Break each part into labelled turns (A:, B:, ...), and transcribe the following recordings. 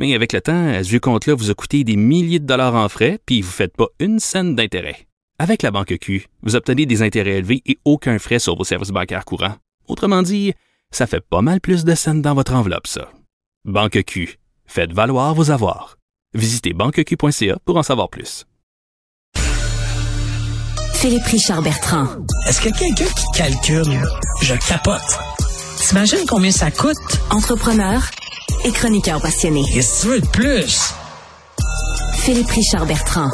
A: Mais avec le temps, à ce vieux compte-là vous a coûté des milliers de dollars en frais, puis vous ne faites pas une scène d'intérêt. Avec la Banque Q, vous obtenez des intérêts élevés et aucun frais sur vos services bancaires courants. Autrement dit, ça fait pas mal plus de scènes dans votre enveloppe, ça. Banque Q. Faites valoir vos avoirs. Visitez banqueq.ca pour en savoir plus.
B: Philippe Richard Bertrand.
C: Est-ce que quelqu'un qui calcule? Je capote. T'imagines combien ça coûte?
B: Entrepreneur et chroniqueur passionné.
C: Qu'est-ce que tu veux de plus?
B: Philippe Richard Bertrand.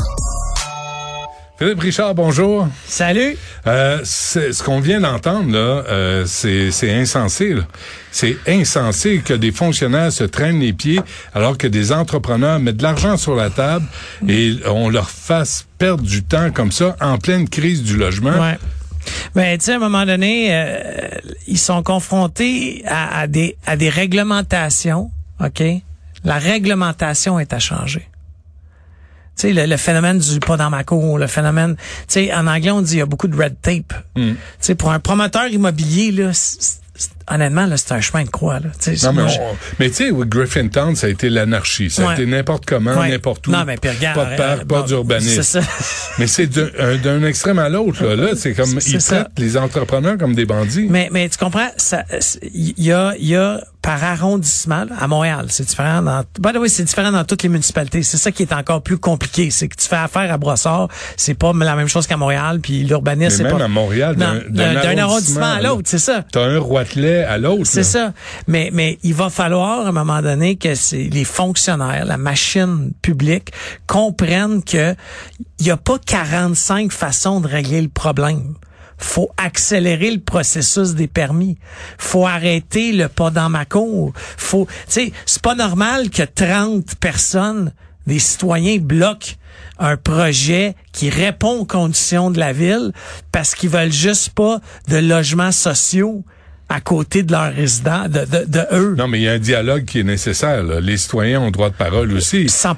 D: Philippe Richard, bonjour.
C: Salut!
D: Euh, c'est- ce qu'on vient d'entendre, là, euh, c'est c'est insensé. là. C'est insensé que des fonctionnaires se traînent les pieds alors que des entrepreneurs mettent de l'argent sur la table et on leur fasse perdre du temps comme ça en pleine crise du
C: Hein?
D: logement.
E: Ouais. Mais tu sais, à un moment donné, euh, ils sont confrontés à, à des, à des réglementations, OK? La réglementation est à changer. Tu sais, le, le phénomène du pas dans ma cour, le phénomène... Tu sais, en anglais, on dit il y a beaucoup de red tape.
D: Mm.
E: Tu sais, pour un promoteur immobilier, là, c'est- c'est- honnêtement, là, c'est un chemin de croix. Là. Tu sais,
D: Non, mais,
E: moi,
D: on-
E: je-
D: mais tu sais, oui, Griffintown, ça a été l'anarchie. Ça a
E: Ouais.
D: été n'importe comment,
E: Ouais.
D: n'importe où.
E: Non, mais puis regarde,
D: pas de
E: euh,
D: parc, pas
E: bon,
D: d'urbanisme.
E: C'est ça.
D: Mais c'est d'un- un- d'un extrême à l'autre. Là, là c'est comme
E: C'est
D: ils
E: ça.
D: traitent les entrepreneurs comme des bandits.
E: Mais, mais tu comprends, ça- c'est- il y a, il y a par arrondissement, là, à Montréal, c'est différent dans, by the way, c'est différent dans toutes les municipalités. C'est ça qui est encore plus compliqué. C'est que tu fais affaire à Brossard, c'est pas la même chose qu'à Montréal, puis l'urbanisme,
D: Mais
E: c'est
D: même
E: pas.
D: à Montréal, d'un-
E: Non,
D: d'un arrondissement
E: à l'autre, c'est ça.
D: T'as un roitelet à l'autre.
E: C'est
D: là.
E: ça. Mais, mais il va falloir, à un moment donné, que c'est les fonctionnaires, la machine publique, comprennent que il n'y a pas 45 façons de régler le problème. Faut accélérer le processus des permis. Faut arrêter le pas dans ma cour. Faut, tu sais, c'est pas normal que 30 personnes, des citoyens bloquent un projet qui répond aux conditions de la ville parce qu'ils veulent juste pas de logements sociaux à côté de leurs résidents, de, de, de eux.
D: Non, mais il y a un dialogue qui est nécessaire. là. Les citoyens ont droit de parole aussi.
E: 100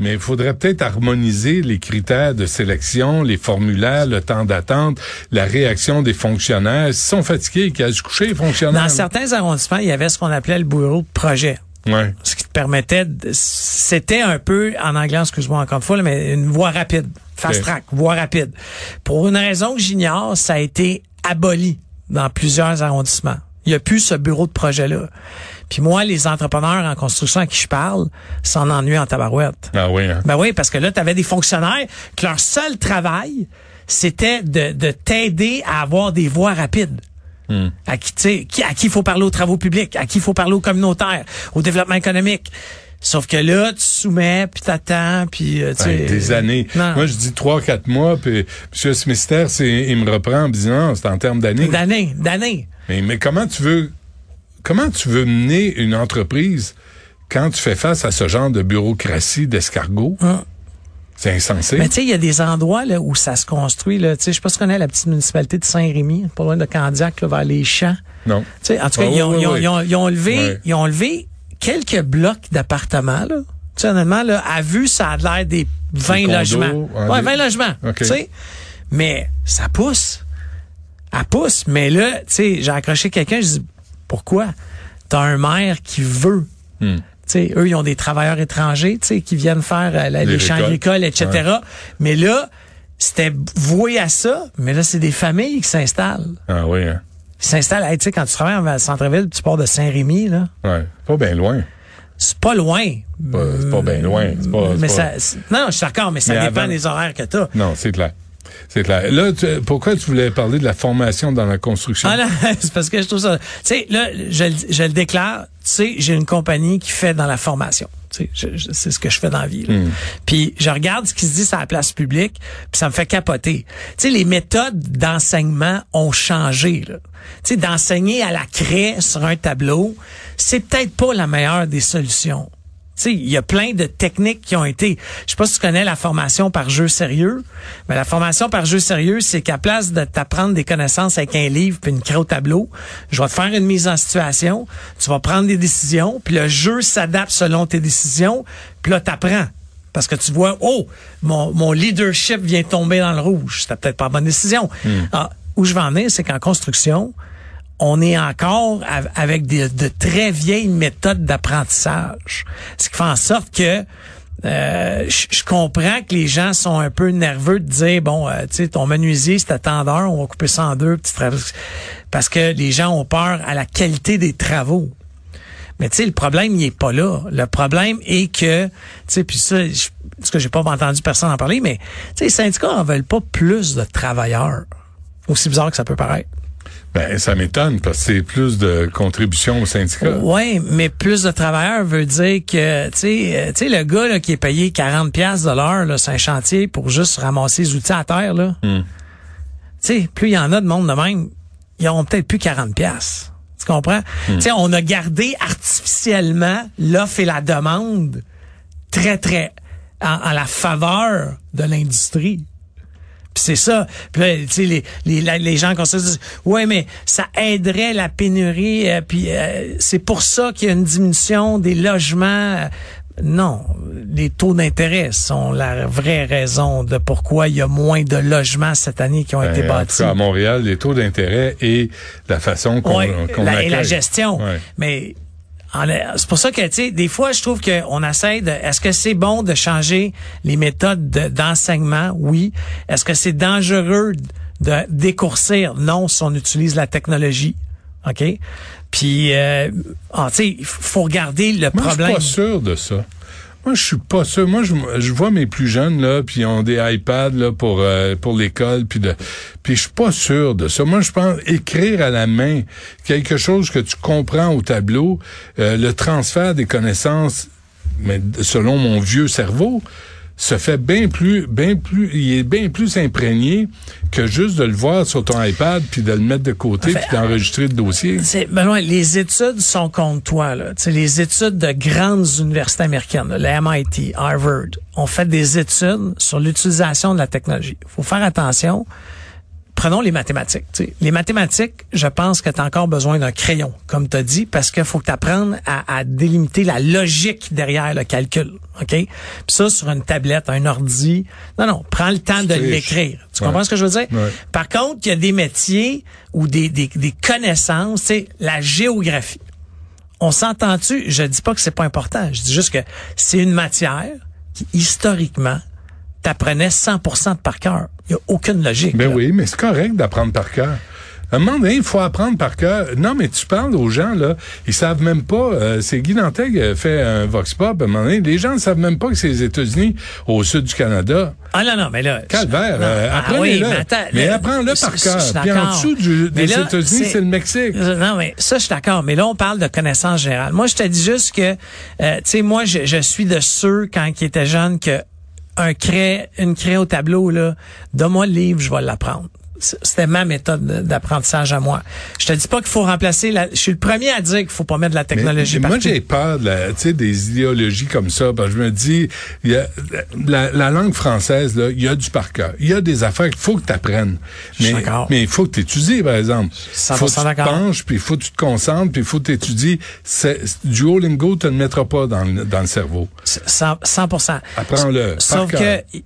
D: Mais il faudrait peut-être harmoniser les critères de sélection, les formulaires, le temps d'attente, la réaction des fonctionnaires. Ils sont fatigués, qu'ils aillent se coucher, les fonctionnaires.
E: Dans certains arrondissements, il y avait ce qu'on appelait le bureau de projet.
D: Ouais.
E: ce qui te permettait, de- c'était un peu, en anglais, excuse-moi encore une fois, là, mais une voie rapide, fast
D: Ok.
E: track, voie rapide. Pour une raison que j'ignore, ça a été aboli dans plusieurs arrondissements. Il n'y a plus ce bureau de projet-là. Puis moi, les entrepreneurs en construction à qui je parle s'en ennuient en tabarouette.
D: Ah oui, hein.
E: Ben oui, parce que là, tu avais des fonctionnaires que leur seul travail, c'était de, de t'aider à avoir des voies rapides.
D: Hmm.
E: À qui tu sais, qui- à qui il faut parler aux travaux publics, à qui il faut parler aux communautaires, au développement économique. Sauf que là, tu soumets, puis t'attends, puis euh, tu sais,
D: Hey, Ben, des années.
E: Non.
D: Moi, je dis trois, quatre mois, puis M. Smithster, c'est- il me reprend en me disant, non, c'est en termes d'années.
E: D'années, d'années.
D: Mais, mais comment tu veux comment tu veux mener une entreprise quand tu fais face à ce genre de bureaucratie d'escargot?
E: Hum.
D: C'est insensé.
E: Mais tu sais, il y a des endroits là, où ça se construit. Là, Tu sais, je sais pas si tu connais la petite municipalité de Saint-Rémy, pas loin de Candiac, là, vers les champs.
D: Non.
E: Tu sais, en tout cas,
D: Ah oui,
E: ils, ont,
D: oui,
E: ils ont-
D: oui.
E: ils ont- ils ont levé,
D: Ouais.
E: ils ont levé quelques blocs d'appartements, là. Tu sais, honnêtement, là, à vue, ça a l'air des 20
D: condos,
E: logements.
D: en
E: ouais,
D: des-
E: 20 logements.
D: OK.
E: Tu sais, mais ça pousse. Ça pousse. Mais là, tu sais, j'ai accroché quelqu'un, je dis, pourquoi? T'as un maire qui veut.
D: Hmm.
E: Tu sais, eux, ils ont des travailleurs étrangers, tu sais, qui viennent faire euh, la-
D: Les
E: les, champs
D: récoltes.
E: agricoles, etc. Mais là, c'était voué à ça. Mais là, c'est des familles qui s'installent.
D: Ah oui, hein.
E: Ils s'installent. Hey, tu sais, quand tu travailles en centre-ville, tu pars de Saint-Rémy, là.
D: Ouais. Pas bien loin.
E: C'est pas loin.
D: Pas- C'est pas bien loin. C'est pas, c'est
E: mais
D: pas-
E: ça, c'est- non, je suis d'accord, mais ça
D: Mais
E: dépend
D: avant-
E: des horaires que t'as.
D: Non, c'est clair. C'est clair. Là, tu- pourquoi tu voulais parler de la formation dans la construction?
E: Ah non, c'est parce que je trouve ça. Tu sais, là, je, le- je le déclare. Tu sais, j'ai une compagnie qui fait dans la formation. Tu sais, je- je- c'est ce que je fais dans la vie. là.
D: Hmm.
E: Puis je regarde ce qui se dit sur la place publique, puis ça me fait capoter. Tu sais, les méthodes d'enseignement ont changé. Là. Tu sais, d'enseigner à la craie sur un tableau, c'est peut-être pas la meilleure des solutions. sais, il y a plein de techniques qui ont été. Je sais pas si tu connais la formation par jeu sérieux, mais la formation par jeu sérieux, c'est qu'à place de t'apprendre des connaissances avec un livre puis une craie au tableau, je vais te faire une mise en situation, tu vas prendre des décisions, puis le jeu s'adapte selon tes décisions, puis là t'apprends. Parce que tu vois, oh, mon, mon leadership vient tomber dans le rouge. C'était peut-être pas la bonne décision. Ah, où je vais en venir, c'est qu'en construction, on est encore av- avec des- de très vieilles méthodes d'apprentissage. Ce qui fait en sorte que euh, je je comprends que les gens sont un peu nerveux de dire bon euh, tu sais ton menuisier c'est à tant d'heures on va couper ça en deux puis tu traverses. parce que les gens ont peur à la qualité des travaux mais tu sais, le problème, il est pas là. Le problème est que, tu sais, puis ça, je- parce que j'ai pas entendu personne en parler, mais tu sais, les syndicats en veulent pas plus de travailleurs. Aussi bizarre que ça peut paraître.
D: Ben, ça m'étonne parce que c'est plus de contributions au syndicat.
E: Oui, mais plus de travailleurs veut dire que, tu sais, euh, tu sais, le gars là, qui est payé 40 pièces de l'heure, là, c'est un chantier pour juste ramasser les outils à terre, là. Tu sais, plus il y en a de monde de même, ils auront peut-être plus 40 pièces. Tu comprends? Tu sais, on a gardé artificiellement l'offre et la demande très, très en, en la faveur de l'industrie. Puis c'est ça. Puis là, tu sais, les, les, la- les gens qu'on se dit, ouais, mais ça aiderait la pénurie. euh, puis euh, c'est pour ça qu'il y a une diminution des logements. Non, les taux d'intérêt sont la vraie raison de pourquoi il y a moins de logements cette année qui ont été
D: Ben, en tout
E: bâtis.
D: cas, à Montréal, les taux d'intérêt et la façon qu'on
E: Ouais,
D: qu'on
E: la- et
D: accueille.
E: la gestion.
D: Ouais.
E: Mais en- c'est pour ça que, tu sais, des fois, je trouve qu'on essaie de... Est-ce que c'est bon de changer les méthodes de- d'enseignement? oui. Est-ce que c'est dangereux de décourcir? Non, si on utilise la technologie. OK? Puis, euh, ah, tu sais, il faut regarder le
D: Moi,
E: problème.
D: je suis pas sûr de ça. Moi, je suis pas sûr. Moi, je, je vois mes plus jeunes là, puis ils ont des iPads là pour euh, pour l'école, puis de, puis je suis pas sûr de ça. Moi, je pense écrire à la main quelque chose que tu comprends au tableau, euh, le transfert des connaissances, mais d- selon mon vieux cerveau, se fait bien plus, bien plus, il est bien plus imprégné que juste de le voir sur ton iPad puis de le mettre de côté puis d'enregistrer le dossier.
E: C'est- Benoît, les études sont contre toi. Là. Tu sais, les études de grandes universités américaines, là, la MIT, Harvard, ont fait des études sur l'utilisation de la technologie. faut faire attention. Prenons les mathématiques. tu sais. Les mathématiques, je pense que tu as encore besoin d'un crayon, comme tu as dit, parce qu'il faut que tu apprennes à, à délimiter la logique derrière le calcul. OK? Puis ça, sur une tablette, un ordi. Non, non, prends le temps de
D: triches.
E: l'écrire. Tu
D: Ouais.
E: comprends ce que je veux dire?
D: Ouais.
E: Par contre, il y a des métiers ou des, des, des connaissances, c'est la géographie. On s'entend-tu? Je dis pas que c'est pas important. Je dis juste que c'est une matière qui, historiquement, t'apprenais 100% de par cœur. Il y a aucune logique.
D: Ben
E: là.
D: oui, mais c'est correct d'apprendre par cœur. À un moment donné, il faut apprendre par cœur. Non, mais tu parles aux gens, là, ils savent même pas. euh, c'est Guy Nantel qui a fait un Vox Pop, à un moment donné, les gens ne savent même pas que c'est les États-Unis au sud du Canada.
E: Ah non, non, mais là...
D: Calvaire,
E: Non,
D: euh,
E: ah
D: apprenez-le.
E: oui, attends,
D: mais
E: là,
D: apprends-le
E: je-
D: par
E: je- je
D: cœur.
E: suis
D: Puis en
E: d'accord.
D: dessous du-
E: Mais
D: des
E: là,
D: États-Unis, c'est le Mexique.
E: Euh, Non, mais ça, je suis d'accord. Mais là, on parle de connaissances générales. Moi, je te dis juste que, euh, tu sais, moi, je, je suis de ceux, quand ils étaient jeunes, que un craie, une craie au tableau, là, donne-moi le livre, je vais l'apprendre. C- C'était ma méthode de- d'apprentissage à moi. Je te dis pas qu'il faut remplacer la... Je suis le premier à dire qu'il faut pas mettre de la
D: Mais-
E: technologie
D: mais Moi,
E: partout.
D: j'ai peur de la- tu sais, des idéologies comme ça, parce que je me dis, il y a- la, la langue française, là, il y a du par cœur. Il y a des affaires qu'il faut que tu apprennes.
E: Je suis
D: Mais
E: d'accord.
D: mais il faut que tu étudies, par exemple.
E: cent pour
D: faut que tu
E: cent
D: te
E: d'accord.
D: penches, puis il faut que tu te concentres, puis il faut que tu étudies. C'est- c'est- Duolingo ne te le mettra pas dans le, dans le cerveau.
E: 100, 100%.
D: Apprends-le, par
E: Sauf
D: cœur.
E: que...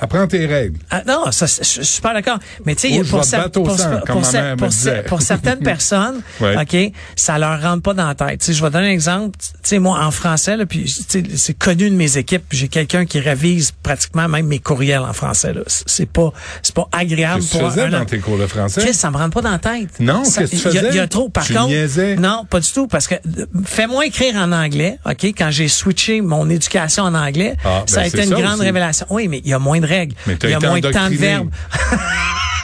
D: Apprends tes règles.
E: Ah, non, ça, c'est- je, je suis pas d'accord. Mais tu sais,
D: Oh, je
E: pour,
D: vais te battre au
E: pour-
D: sang, comme
E: pour-
D: ma mère me
E: pour-
D: disait.
E: pour certaines personnes,
D: Ouais.
E: ok, ça leur rentre pas dans la tête. Tu sais, je vais donner un exemple. Tu sais, moi, en français, là, puis tu sais, c'est connu de mes équipes. J'ai quelqu'un qui révise pratiquement même mes courriels en français. Là, C'est- c'est pas, c'est pas agréable
D: Qu'est-ce que
E: pour
D: tu faisais
E: un
D: dans
E: an-
D: tes cours de français?
E: Chris, ça me rentre pas dans la tête.
D: Non,
E: Ça-
D: qu'est-ce que tu
E: il y a- Il y a
D: faisais?
E: trop. Par
D: Tu
E: contre,
D: niaisais?
E: non, pas du tout, parce que euh, fais-moi écrire en anglais, ok. Quand j'ai switché mon éducation en anglais,
D: Ah, ben,
E: ça a
D: c'est
E: été une
D: ça
E: grande
D: aussi.
E: révélation. Oui, mais il y a moins de règles,
D: Mais t'as
E: il y a
D: été
E: moins de temps de
D: endoctriné.
E: verbe.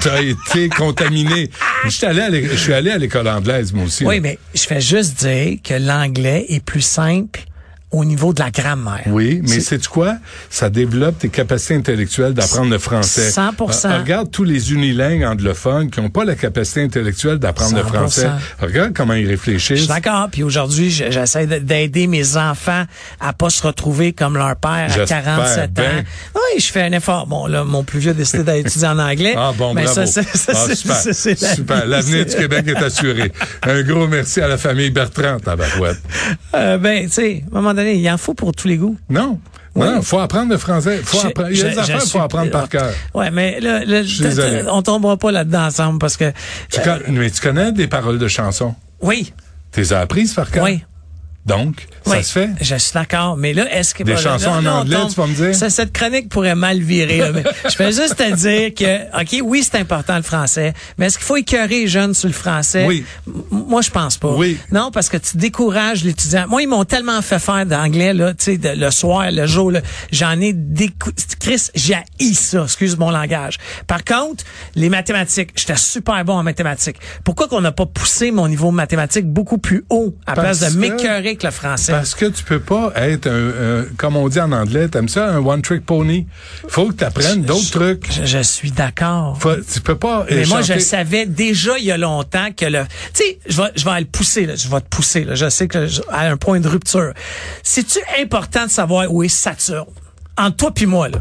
D: T'as été contaminé. Je suis allé à l'é- je suis allé à l'école anglaise, moi aussi.
E: Oui,
D: là.
E: mais je fais juste dire que l'anglais est plus simple au niveau de la grammaire.
D: Oui, mais c'est quoi? Ça développe tes capacités intellectuelles d'apprendre le français.
E: 100%.
D: Euh, regarde tous les unilingues anglophones qui n'ont pas la capacité intellectuelle d'apprendre le français.
E: 100%.
D: Regarde comment
E: Je
D: ils
E: suis
D: réfléchissent.
E: d'accord. Puis aujourd'hui, je- j'essaie de- d'aider mes enfants à pas se retrouver comme leur père à
D: J'espère
E: 47 ans.
D: bien.
E: Oui, je fais un effort. Bon, là, mon plus vieux décide d'étudier en anglais.
D: Ah bon,
E: Mais
D: bravo.
E: Ben, ça, c'est- ça,
D: Ah,
E: c'est-
D: super.
E: c'est- c'est la
D: Super.
E: vie.
D: L'avenir du Québec est assuré. Un gros merci à la famille Bertrand, tabarouette.
E: Euh, ben, tu sais, à un moment donné, il en faut pour tous les goûts.
D: Non. Non, faut apprendre le français. Faut
E: Je-
D: apprendre. Il y a
E: je-
D: des
E: je
D: affaires qu'il
E: suis-
D: faut apprendre par cœur.
E: Ouais, mais là, là,
D: suis désolé.
E: on tombera pas là-dedans ensemble parce que. euh,
D: Tu con- Mais tu connais des paroles de chansons?
E: Oui,
D: Tu les as apprises par cœur?
E: oui.
D: Donc, ça
E: oui,
D: se fait?
E: Je suis d'accord, mais là, est-ce que
D: Des chansons en
E: on
D: anglais, tu vas me dire?
E: Ça, cette chronique pourrait mal virer. là, mais je fais juste te dire que, ok, oui, c'est important le français, mais est-ce qu'il faut écœurer les jeunes sur le français
D: Oui.
E: M- Moi, je pense pas.
D: Oui.
E: Non, parce que tu décourages l'étudiant. Moi, ils m'ont tellement fait faire d'anglais là, tu sais, de- le soir, le jour, là, j'en ai décou... Chris, j'ai haï ça. Excuse mon langage. Par contre, les mathématiques, j'étais super bon en mathématiques. Pourquoi qu'on n'a pas poussé mon niveau mathématique beaucoup plus haut à
D: Parce
E: place
D: que-
E: de m'écœurer que le français
D: Parce que tu peux pas être un, un- comme on dit en anglais, t'aimes ça, un one trick pony. Faut que tu apprennes d'autres trucs.
E: Je, je suis d'accord.
D: Faut- tu peux pas. euh,
E: Mais moi, je
D: chanter-
E: savais déjà il y a longtemps que le... Tu sais, je vais, je vais le pousser, là, je vais te pousser. Là, je sais que je- à un point de rupture. C'est-tu important de savoir où est Saturne? Entre toi puis moi, là.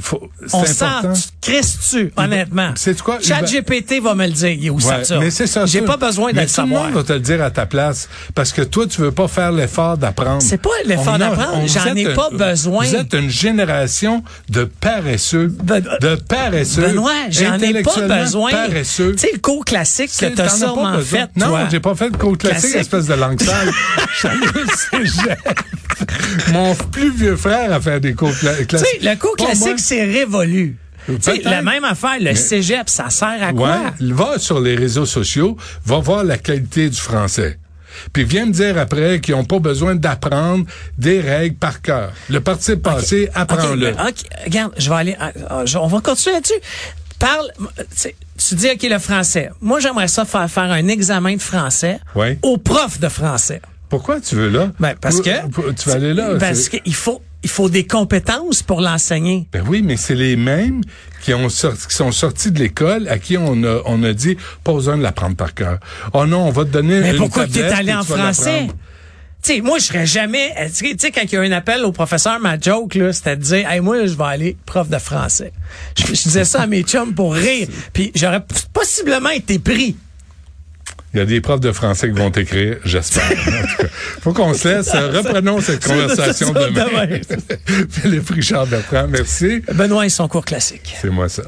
D: faut- c'est
E: On
D: important.
E: sent, tu honnêtement.
D: Sais-tu quoi?
E: Chat
D: Il
E: GPT va me le dire, il est où
D: Ouais,
E: Saturne?
D: mais c'est ça.
E: J'ai
D: ça.
E: pas besoin de
D: Mais
E: le savoir.
D: Tout le monde va te le dire à ta place parce que toi, tu veux pas faire l'effort d'apprendre.
E: C'est pas l'effort
D: On a-
E: d'apprendre,
D: on-
E: j'en
D: vous
E: ai
D: êtes
E: pas
D: un-
E: besoin.
D: Vous êtes une génération de paresseux.
E: Ben-
D: de paresseux.
E: Benoît, j'en ai pas
D: intellectuellement
E: besoin.
D: Paresseux.
E: Tu sais, le cours classique que
D: C'est-
E: t'as
D: t'en as pas
E: sûrement
D: besoin.
E: fait,
D: Non,
E: toi.
D: j'ai pas fait de cours classique,
E: Classique.
D: espèce de langue sale. J'allais au cégep. Mon plus vieux frère a fait des cours cla-
E: Tu
D: classiques.
E: sais, le cours
D: Pas moi.
E: classique, c'est révolu. Tu sais,
D: Peut-être.
E: la même affaire, le cégep, ça sert à quoi?
D: Ouais, va sur les réseaux sociaux, va voir la qualité du français. Puis viens me dire après qu'ils n'ont pas besoin d'apprendre des règles par cœur. Le participe passé, apprends-le.
E: Ok, ben, ok, regarde, je vais aller. ah, ah, je- on va continuer là-dessus. Parle. m- tu sais, Tu dis, OK, le français. Moi, j'aimerais ça faire faire un examen de français
D: Ouais.
E: au prof de français.
D: Pourquoi tu veux là?
E: Ben, parce que.
D: Pour- pour- Tu vas aller là?
E: Parce
D: c'est-
E: qu'il faut, il faut des compétences pour l'enseigner.
D: Ben oui, mais c'est les mêmes qui, ont sorti, qui sont sortis de l'école, à qui on a, on a dit, pas besoin de l'apprendre par cœur. Oh non, on va te donner
E: Mais
D: une
E: pourquoi tu
D: tablette
E: es allé
D: et
E: en
D: tu vas l'apprendre.
E: français? Tu sais, moi, je serais jamais. euh, Tu sais- tu sais, quand il y a eu un appel au professeur, ma joke, là, c'était de dire, hey, moi, je vais aller prof de français. Je, je disais ça à mes chums pour rire. Puis j'aurais p- possiblement été pris.
D: Il y a des profs de français qui vont t'écrire, j'espère. En tout cas, faut qu'on se laisse. Reprenons cette conversation
E: ça,
D: demain.
E: demain.
D: Philippe Richard Bertrand, merci.
E: Benoît et son cours classique.
D: C'est moi ça.